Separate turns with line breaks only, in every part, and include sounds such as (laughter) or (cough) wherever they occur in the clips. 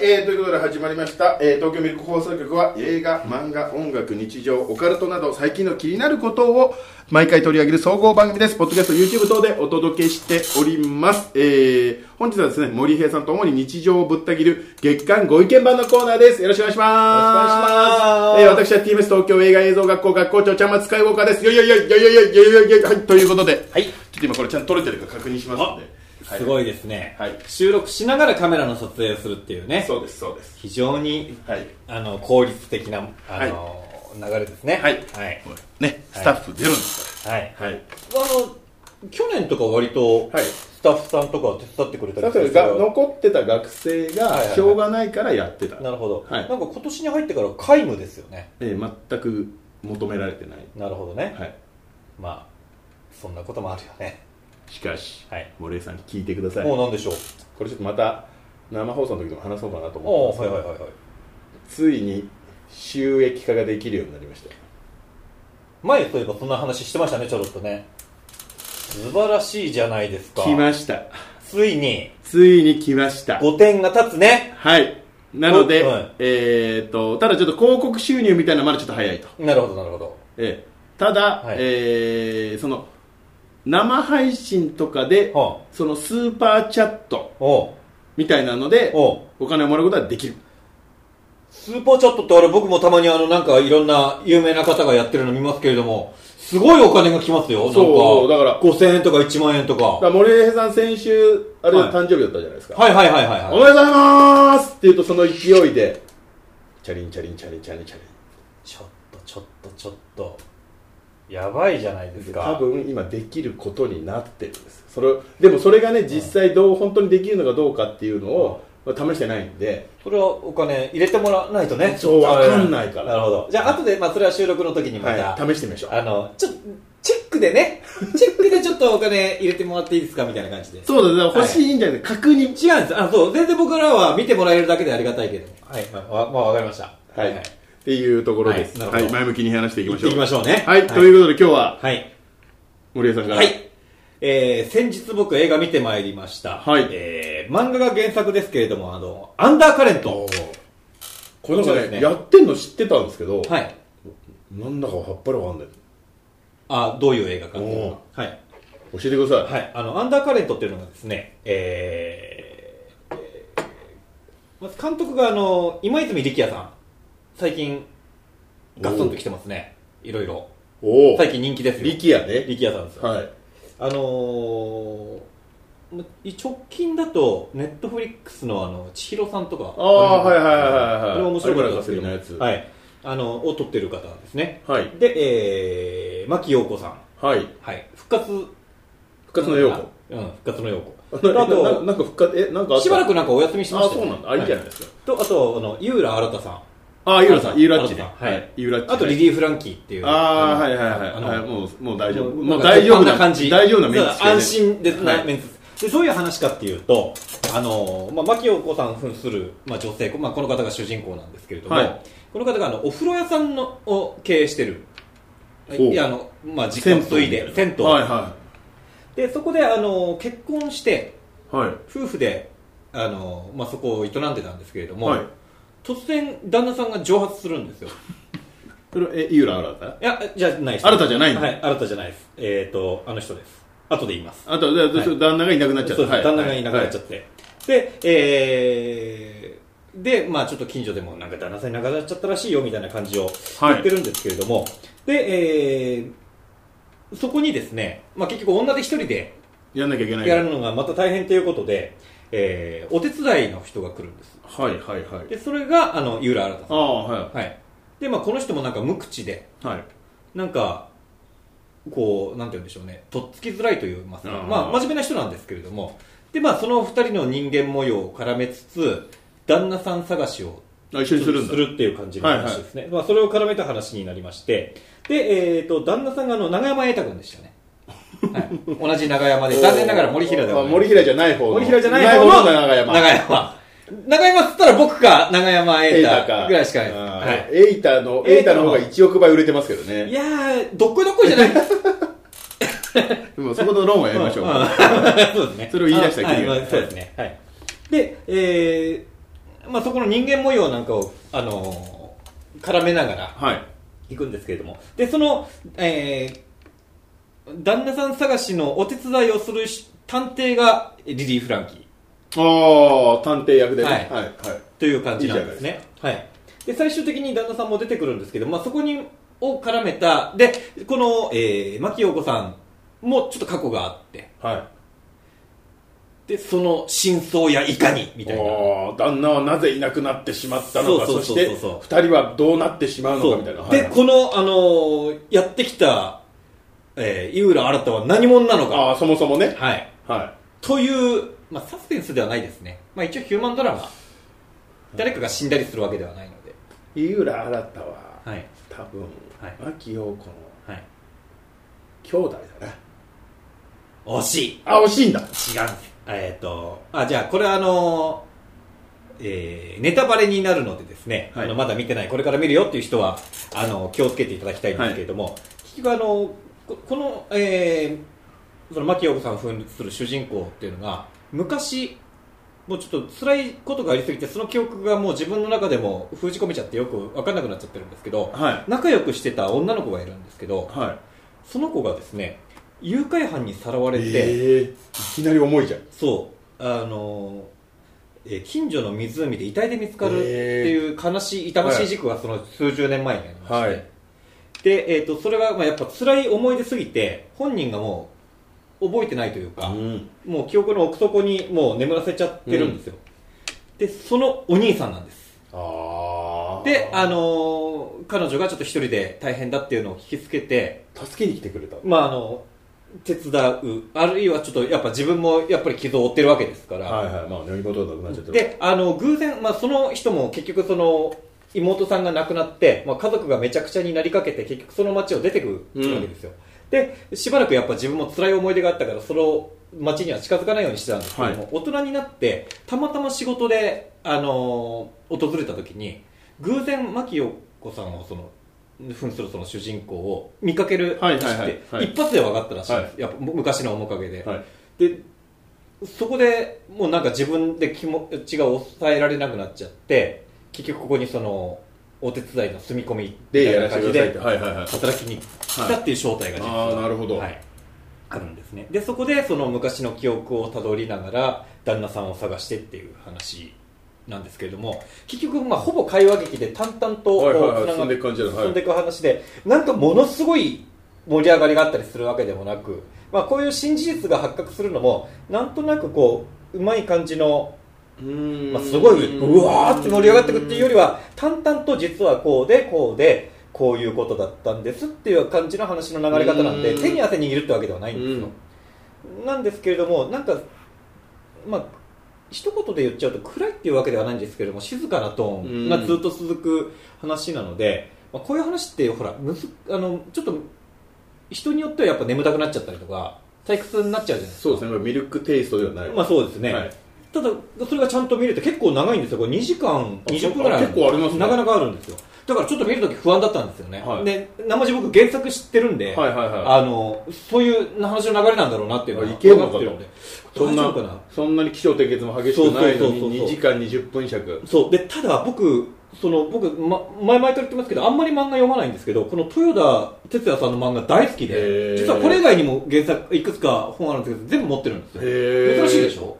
えーということで始まりました、えー東京ミルク放送局は映画、漫画、音楽、日常、オカルトなど最近の気になることを毎回取り上げる総合番組です。ポッドキャスト、YouTube 等でお届けしております。えー本日はですね、森平さんと主に日常をぶった切る月間ご意見番のコーナーです。よろしくお願いします。
よろしくお願いします
えー私は TBS 東京映画映像学校学校長、ちゃんまつかいかです。よいよいよいよいよいよいよいよいよいよはい、ということで、
はい
ちょっと今これちゃんと撮れてるか確認しますので。は
すごいですね、
はい
収録しながらカメラの撮影をするっていうね
そうです、そうです。
非常に
はい。
あの効率的なあの、流れですね
はい
はい、
ね、スタッフゼロです
はい、
から。はい。
あの去年とか割と
はい
スタッフさんとかは手伝ってくれたり
だから
してた
が残ってた学生
はいはいは
が
い
しょうがないからやってた、
なるほど、
はい
なんか今年に入ってから皆無ですよね
えー全く求められてない、
なるほどね、
はい、
まあそんなこともあるよね
しかし、
はい
森江さん聞いてください
もう
こ
なんでしょう
れちょっとまた生放送の時でも話そうかなと思
お
っ
お
て
はいはいはいはい
ついに収益化ができるようになりました
前そういえばそんな話してましたねちょろっとね素晴らしいじゃないですか
来ました
ついに
ついに来ました
5点が立つね
はいなので、
おはい
えー、とただちょっと広告収入みたいなのはまだちょっと早いと
なるほどなるほど
ええただ、
はい
えーその生配信とかで、
は
そのスーパーチャット
おう
みたいなのでお
おう
金をもらうことはできる
スーパーチャットってあれ僕もたまにあのなんかいろんな有名な方がやってるの見ますけれどもすごいお金が来ますよ
そう
なん
だから
5000円とか1万円とか
だから森江さん先週あれ、
はい
誕生日だったじゃないですか、
はいはいはいはい
おめでとう
はい
ございますって言うとその勢いでチャリンチャリンチャリンチャリンチャリン
ちょっとちょっとちょっとやばいじゃないですか
多分今できることになってるんですそれでもそれがね実際どう、本当にできるのかどうかっていうのを、まあ、試してないんで
それはお金入れてもらわないとね
そうわかんないから
なるほどじゃあ後でまあそれは収録の時にまた、
はい試してみましょう
あのちょチェックでねチェックでちょっとお金入れてもらっていいですかみたいな感じで
そうだね欲しいんじゃない、確認
違うんですあそう全然僕らは見てもらえるだけでありがたいけどはいまあ、わまあ、わかりました
はい、っていうところです、
は
はいい
なるほど
前向きに話していきま
行っ
しょう
ていきましょうね
はい、ということで今日は
はい、
森江さんから
はいえー、先日僕映画見てまいりました、
はい
えー、漫画が原作ですけれどもあのアンダーカレント
これなん
そう
か
で
ね
すね
やってんの知ってたんですけど、
はい
なんだかはっぱりわかんない
あどういう映画かっていうの
おー
ははい
教えてください、
はい、あのアンダーカレントっていうのがですね、えーえーまず監督があの今泉力也さん、最近、ガツンと来てますね、いろいろ、
おお
最近人気ですよ、
力也ね
力也さんですよ、
はい
あのーま直近だと、ネットフリックスのあの千尋さんとか、
ああはいはいはいはい
これ面白かったですけど
有村架純のやつ
はい、あのを撮ってる方ですね、
はい
で、えー、牧陽子さん、
はい
はい、復活
復活の陽子
うん、復活の陽子。
あ
とあ
なな
と、
なんか復活えなんかあった
しばらくなんかお休みしてま
あ
した
そうなんだあいいじゃないですか、
と、あと、あの、井浦新さん。
ああ井浦さん井浦っちね
新さんはい
井浦っち
あと、リ
ー
リー・フランキーっていう。
ああ
の
はいはいはい
あの
はいもうもう大丈夫
もう
もう大丈夫
な感じ。
大丈夫なメンツ
そう安心です
は
な、
い
メンツです。で、どういう話かっていうと、あの、まあ、牧陽子さん扮する、まあ、女性、まあ、この方が主人公なんですけれども、
はい
この方が、あの、お風呂屋さんのを経営してる。
う
いや、あの、まあ、実家を継いで、銭湯。
はいは
で、そこで、あの、結婚して、
いはい
夫婦で、あの、まあ、そこを営んでたんですけれども、
はい
突然旦那さんが蒸発するんですよ
それえ井浦新た
いやじゃないです
新たじゃないの
はい新たじゃないですえっ、とあの人です後で言います
あとで、
い
そう旦那がいなくなっちゃった
そうです、
はい
旦那がいなくなっちゃ
は
って、でえー、でまあちょっと近所でもなんか旦那さんいなくなっちゃったらしいよみたいな感じを
はい
言ってるんですけれども、でえー、そこにですね、まあ、結局女で一人で
いやんなきゃいけない
やるのがまた大変ということで、えー、お手伝いの人が来るんです
はいはいはい
でそれがあの井浦新さ
あ
ん
あは
はい。で、まあ、この人もなんか無口で、
いはい
なんか、こう、なんて言うんでしょうね、とっつきづらいと言いますか、
あー
まあ、真面目な人なんですけれども、で、まあ、その二人の人間模様を絡めつつ、旦那さん探しを
あ一緒にするんだ
っていう感じの話ですね。まあ、それを絡めた話になりまして、で、えっ、と、旦那さんがあの、長山瑛太君でしたね。はい。同じ長
(laughs)
山で、残念ながら森平では
あ
ない
森平じゃない方の
森平じゃない
の
方の
長山
長山。長山っつったら僕か長山
エ
瑛
イタ
太
か
ぐらいしかない。
あー
はい。
エイタのエイタの方が1億倍売れてますけど
い
ね
やー、どっこいどっこいじゃない。
でもそこの論はやりましょう
(laughs) (laughs) うんそうですね。
それを言い出したら
あは
キリ
い
がない
まあそうですね。はい。で、えまあ、そこの人間模様なんかを、あのー絡めながら
はい
行くんですけれどもでその、えー旦那さん探しのお手伝いをするし探偵がリリー・フランキー
ああ探偵役でね
は
はいいはい
という感じなんですねはい、で最終的に旦那さんも出てくるんですけど、まあ、そこにを絡めたでこの、えー、牧陽子さんもちょっと過去があって
は
でその真相やいかにみ
い
たいな
おー旦那はなぜいなくなってしまったのか
そ
そ
うそう
し
そう
て
そうそう
二人はどうなってしまうの
そ
か
う
みたいなはい
でこの、あのーやってきた、えー、井浦新は何者なのか、
ああそもそもね
はい、
は
という、まあ、サスペンスではないですね、まあ、一応ヒューマンドラマ誰かが死んだりするわけではないので、
い井浦新は
はい
多分
はい
牧陽子の
はい、
兄弟だね
惜しい
あ惜しいんだ
違うんですえっ、とあじゃあこれはあのえーネタバレになるのでですね、
はい
あのまだ見てないこれから見るよっていう人はあの気をつけていただきたいんですけれども、結局あのここの、えーその牧陽子さんを扮する主人公っていうのが昔もうちょっと辛いことがありすぎてその記憶がもう自分の中でも封じ込めちゃってよく分かんなくなっちゃってるんですけど
はい
仲良くしてた女の子がいるんですけど
はい
その子がですね誘拐犯にさらわれて、
ええいきなり重いじゃん
そうあのーえー近所の湖で遺体で見つかるっていう悲しい痛ましい事故がその数十年前にありまして、
はい
で、えー、とそれがまあやっぱ辛い思い出すぎて本人がもう覚えてないというか、
うん
もう記憶の奥底にもう眠らせちゃってるんですよ、でそのお兄さんなんです
ああ
で、あのー彼女がちょっと一人で大変だっていうのを聞きつけて
助けに来てくれた
まああの手伝うあるいはちょっとやっぱ自分もやっぱり傷を負ってるわけですから、
はいはいまあ飲み事がなくなっちゃってる
であの偶然、まあ、その人も結局その妹さんが亡くなって、まあ、家族がめちゃくちゃになりかけて結局その町を出てくるわけですよ、でしばらくやっぱ自分も辛い思い出があったからその町には近づかないようにしてたんですけども、
は
大人になってたまたま仕事で、あのー訪れた時に偶然牧陽子さんをその扮するその主人公を見かける
はいはいはい
知って
はい
一発で分かったらしいんです、
は
やっぱ昔の面影で、
はい
でそこでもうなんか自分で気持ちが抑えられなくなっちゃって結局ここにそのお手伝いの住み込みみた
で
い
や
な
らせて
感じ
くださいっ
で
てはいはいはい
働きに来たっていう正体が実は、
はいあーなるほど
はいあるんですねでそこでその昔の記憶をたどりながら旦那さんを探してっていう話なんですけれども結局まあほぼ会話劇で淡々とこう
はいはいはい
繋が
進
っ
んでいく感じだはい
進んでいく話で、なんかものすごい盛り上がりがあったりするわけでもなく、まあ、こういう新事実が発覚するのもなんとなくこううまい感じの、ま
ま
あ、すごいうわーって盛り上がっていくっていうよりは淡々と実はこうでこうでこういうことだったんですっていう感じの話の流れ方なんで
うん
手に汗握るってわけではないんですよ、なんですけれどもなんかまあ一言で言っちゃうと暗いっていうわけではないんですけれども静かなトーンがずっと続く話なので、まあ、こういう話ってほらむずあのちょっと人によってはやっぱ眠たくなっちゃったりとか退屈になっちゃうじゃないですか
そうですねミルクテイストではない
まあそうですね、
はい
ただそれがちゃんと見れて結構長いんですよこれ2時間20分ぐらいる
結構ありますね
なかなかあるんですよだからちょっと見るとき不安だったんですよね、
はい
で生地僕原作知ってるんで、
はいはいは
あのそういう話の流れなんだろうなっていうのが
いけるのかと
分かってるんで
いそん
大丈
な
夫かな
そんなに気象点結も激しくない
そう
の
そうそうそう
に2時間20分尺
そうでただ僕その僕、ま、前々から言ってますけどあんまり漫画読まないんですけどこの豊田哲也さんの漫画大好き
へ
で
ー
実はこれ以外にも原作いくつか本あるんですけど全部持ってるんですよ
へ
珍しいでしょ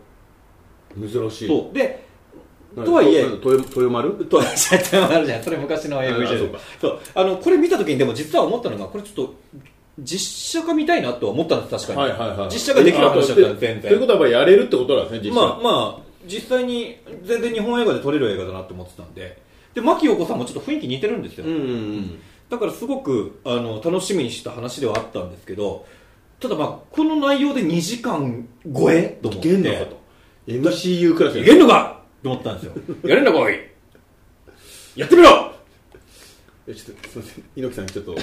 珍しい
そうで (laughs)
なんか
とはいえ
と豊丸
とはちゃってもあるじゃんそれ昔の AV
あ
じゃん
そうか
そうあのこれ見た時にでも実は思ったのがこれちょっと実写化見たいなとは思ったんです確かに、
はいはいはい
実写化できる話だったら全然
ということはやっぱやれるってことなんですね実
まあ
際
まあ実際に全然日本映画で撮れる映画だなと思ってたんでで牧陽子さんもちょっと雰囲気似てるんですよ、
うんうん
だからすごくあの楽しみにした話ではあったんですけどただまあこの内容で2時間超えと
うん
思って
いけんのかと MCU クラス
い
に
けんのかと思ったんです
(laughs)
よやれんのかおいやってみろ
えちょっとすみません猪木さんちょっ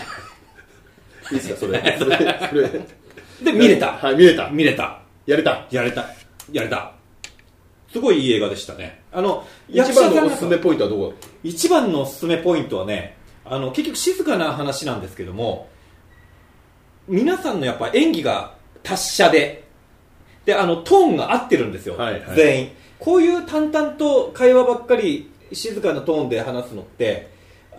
といい
(laughs)
ですかそれそれそれ
で (laughs) 見れた、
はい見れた
見れた
やれた
やれたやれたすごいいい映画でしたねあの
一番のおすすめポイントはどこ
一番のおすすめポイントはねあの結局静かな話なんですけども皆さんのやっぱ演技が達者でであのトーンが合ってるんですよ、
はいはい
全員こういう淡々と会話ばっかり静かなトーンで話すのって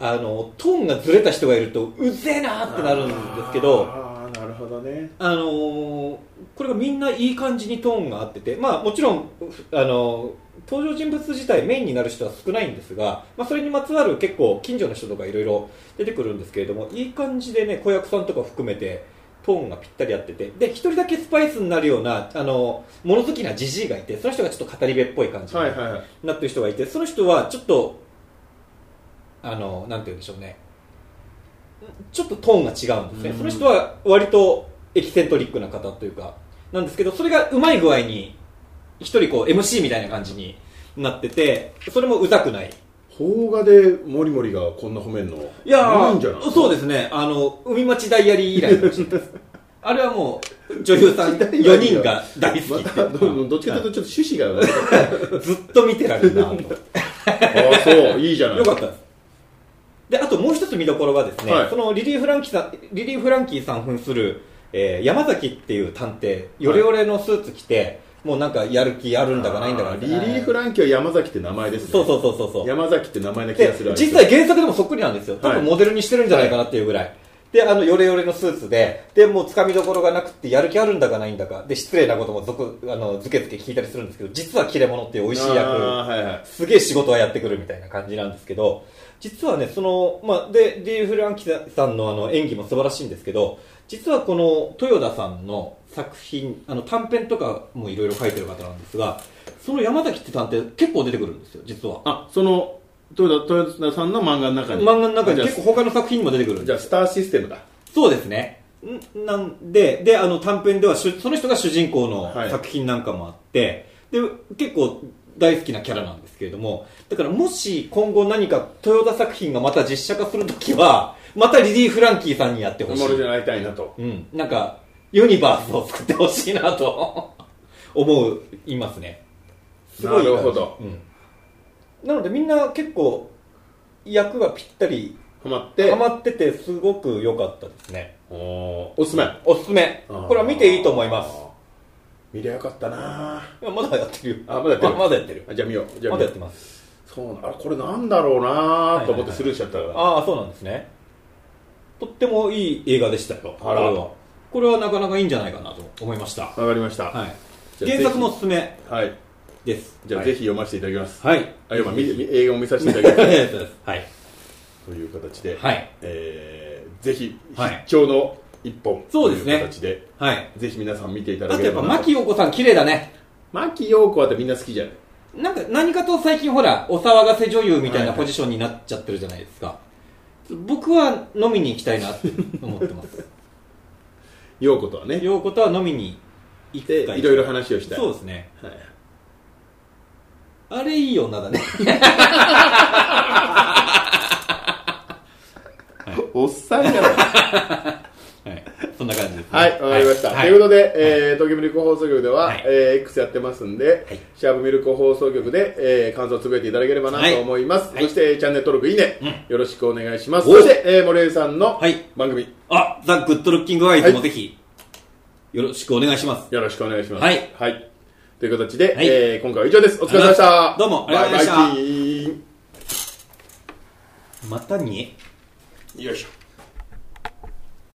あのトーンがずれた人がいるとうぜえなってなるんですけど
ああなるほどね
あのーこれがみんないい感じにトーンがあってて、まあ、もちろん、ふあのー登場人物自体メインになる人は少ないんですが、まあ、それにまつわる結構近所の人とかいろいろ出てくるんですけれどもいい感じでね子役さんとか含めてトーンがぴったり合っててで一人だけスパイスになるような、あのー物好きなじじいがいてその人がちょっと語り部っぽい感じに
はいはいはい
なってる人がいてその人はちょっとあのなんて言うんでしょうねちょっとトーンが違うんですね、
うん
その人は割とエキセントリックな方というかなんですけどそれがうまい具合に一人こう MC みたいな感じになっててそれもうざくない
邦画でモリモリがこんな褒めんの
いや
ないんじゃない
そうですねあの海町ダイアリー以来かもしれないです (laughs) あれはもう女優さん4人が大好き
ま
って
たどどっちかというとちょっと趣旨が
ずっと見てられるなと
ああそういいじゃない
よかったです。で、あともう一つ見どころがですね、
はい
そのリリー・フランキーさん、リリー・フランキーさん扮する、えー山崎っていう探偵、ヨレヨレのスーツ着て、もうなんかやる気あるんだかないんだか、
あーリリー・フランキーは山崎って名前ですね
そうそうそうそうそう。
山崎って名前な気
で
がする
実際原作でもそっくりなんですよ、多
はい
分モデルにしてるんじゃないかなっていうぐらい、であのヨレヨレのスーツででもうつかみどころがなくてやる気あるんだかないんだかで失礼なこともぞくあのずけずけ聞いたりするんですけど実は切れ者っていう美味しい役、
あーはいはい
すげえ仕事はやってくるみたいな感じなんですけど実はねその、まあ、でディー・フランキーさんのあの演技も素晴らしいんですけど実はこの豊田さんの作品あの短編とかもいろいろ書いてる方なんですがその山崎って探偵結構出てくるんですよ実は
あその豊田豊田さんの漫画の中に
漫画の中に
あじゃあ
結構他の作品にも出てくるん
じゃ
で
あスターシステムだ
そうですねんなんでであの短編では主その人が主人公の
はい
作品なんかもあって、で結構大好きなキャラなんですけれどもだからもし今後何か豊田作品がまた実写化するときはまたリリー・フランキーさんにやってほし
モ
い
ルでなりたいなと
うん、なんか、ユニバースを作ってほしいなと (laughs) 思う、いますね。
なるほど。
うん。なのでみんな結構、役がぴったり、
ハマって
ハマっててすごく良かったですね。
おーおすすめ
おすすめ。これは見ていいと思います。
見りゃよかったなぁ
いやまだやってるよ。
あまだやってる
まだやってる。
あじゃあ見ようじゃあ
ま
見よ
だやっ
う
てます。
そうなあこれなんだろうなぁと思ってスルーしちゃったから
ああ、そうなんですね。とってもいい映画でしたよ。
あら
これは。これはなかなかいいんじゃないかなと思いました。
わかりました
はい。
じゃあ
原作もおすすめ
はい
です。
じゃあぜひ読ませていただきます
はい。
あ今見見映画を見させてい
(laughs)
ただきます
はい。
(laughs) という形で
はい。
えーぜひ
はい
必聴の一本
そうですね
という形で
はい。
ぜひ皆さん見ていた
あ
だ
と
け
や
れ
っ
ば
ぱ、
なと
牧陽子さん綺麗だね。
牧陽子はってみんな好きじゃない
なんか、何かと最近ほら、お騒がせ女優みたい
はい
な
はい
ポジションになっちゃってるじゃないで
(laughs)
すか。僕は飲みに行きたいなって思ってます。
陽子とはね
陽子とは飲みに行って
でいろいろ話をしたい
そうですね。
はい
あれいい女だね。
おっさんやろ
(laughs) はい。そんな感じですね、
はい、わかりました。
はい
ということで、えー、東京ミルク放送局では、
はい
えー X やってますんで、
はい
シャープミルク放送局で、えー感想をつぶやいていただければな
はい
と思います。
はい
そして、チャンネル登録、いいね、よろしくお願いします。
お
そして、えー、森江さんの
はい
番組、
あ、ザ・グッド・ルッキング・アイズ
は
も
い
ぜひ、よろしくお願いします。
よろしくお願いします。
はい。
という形で、
はい
えー今回は以上です。お疲れ様でした。
どうもありがとうございました
バイバイキー
またに
ンよいしょ。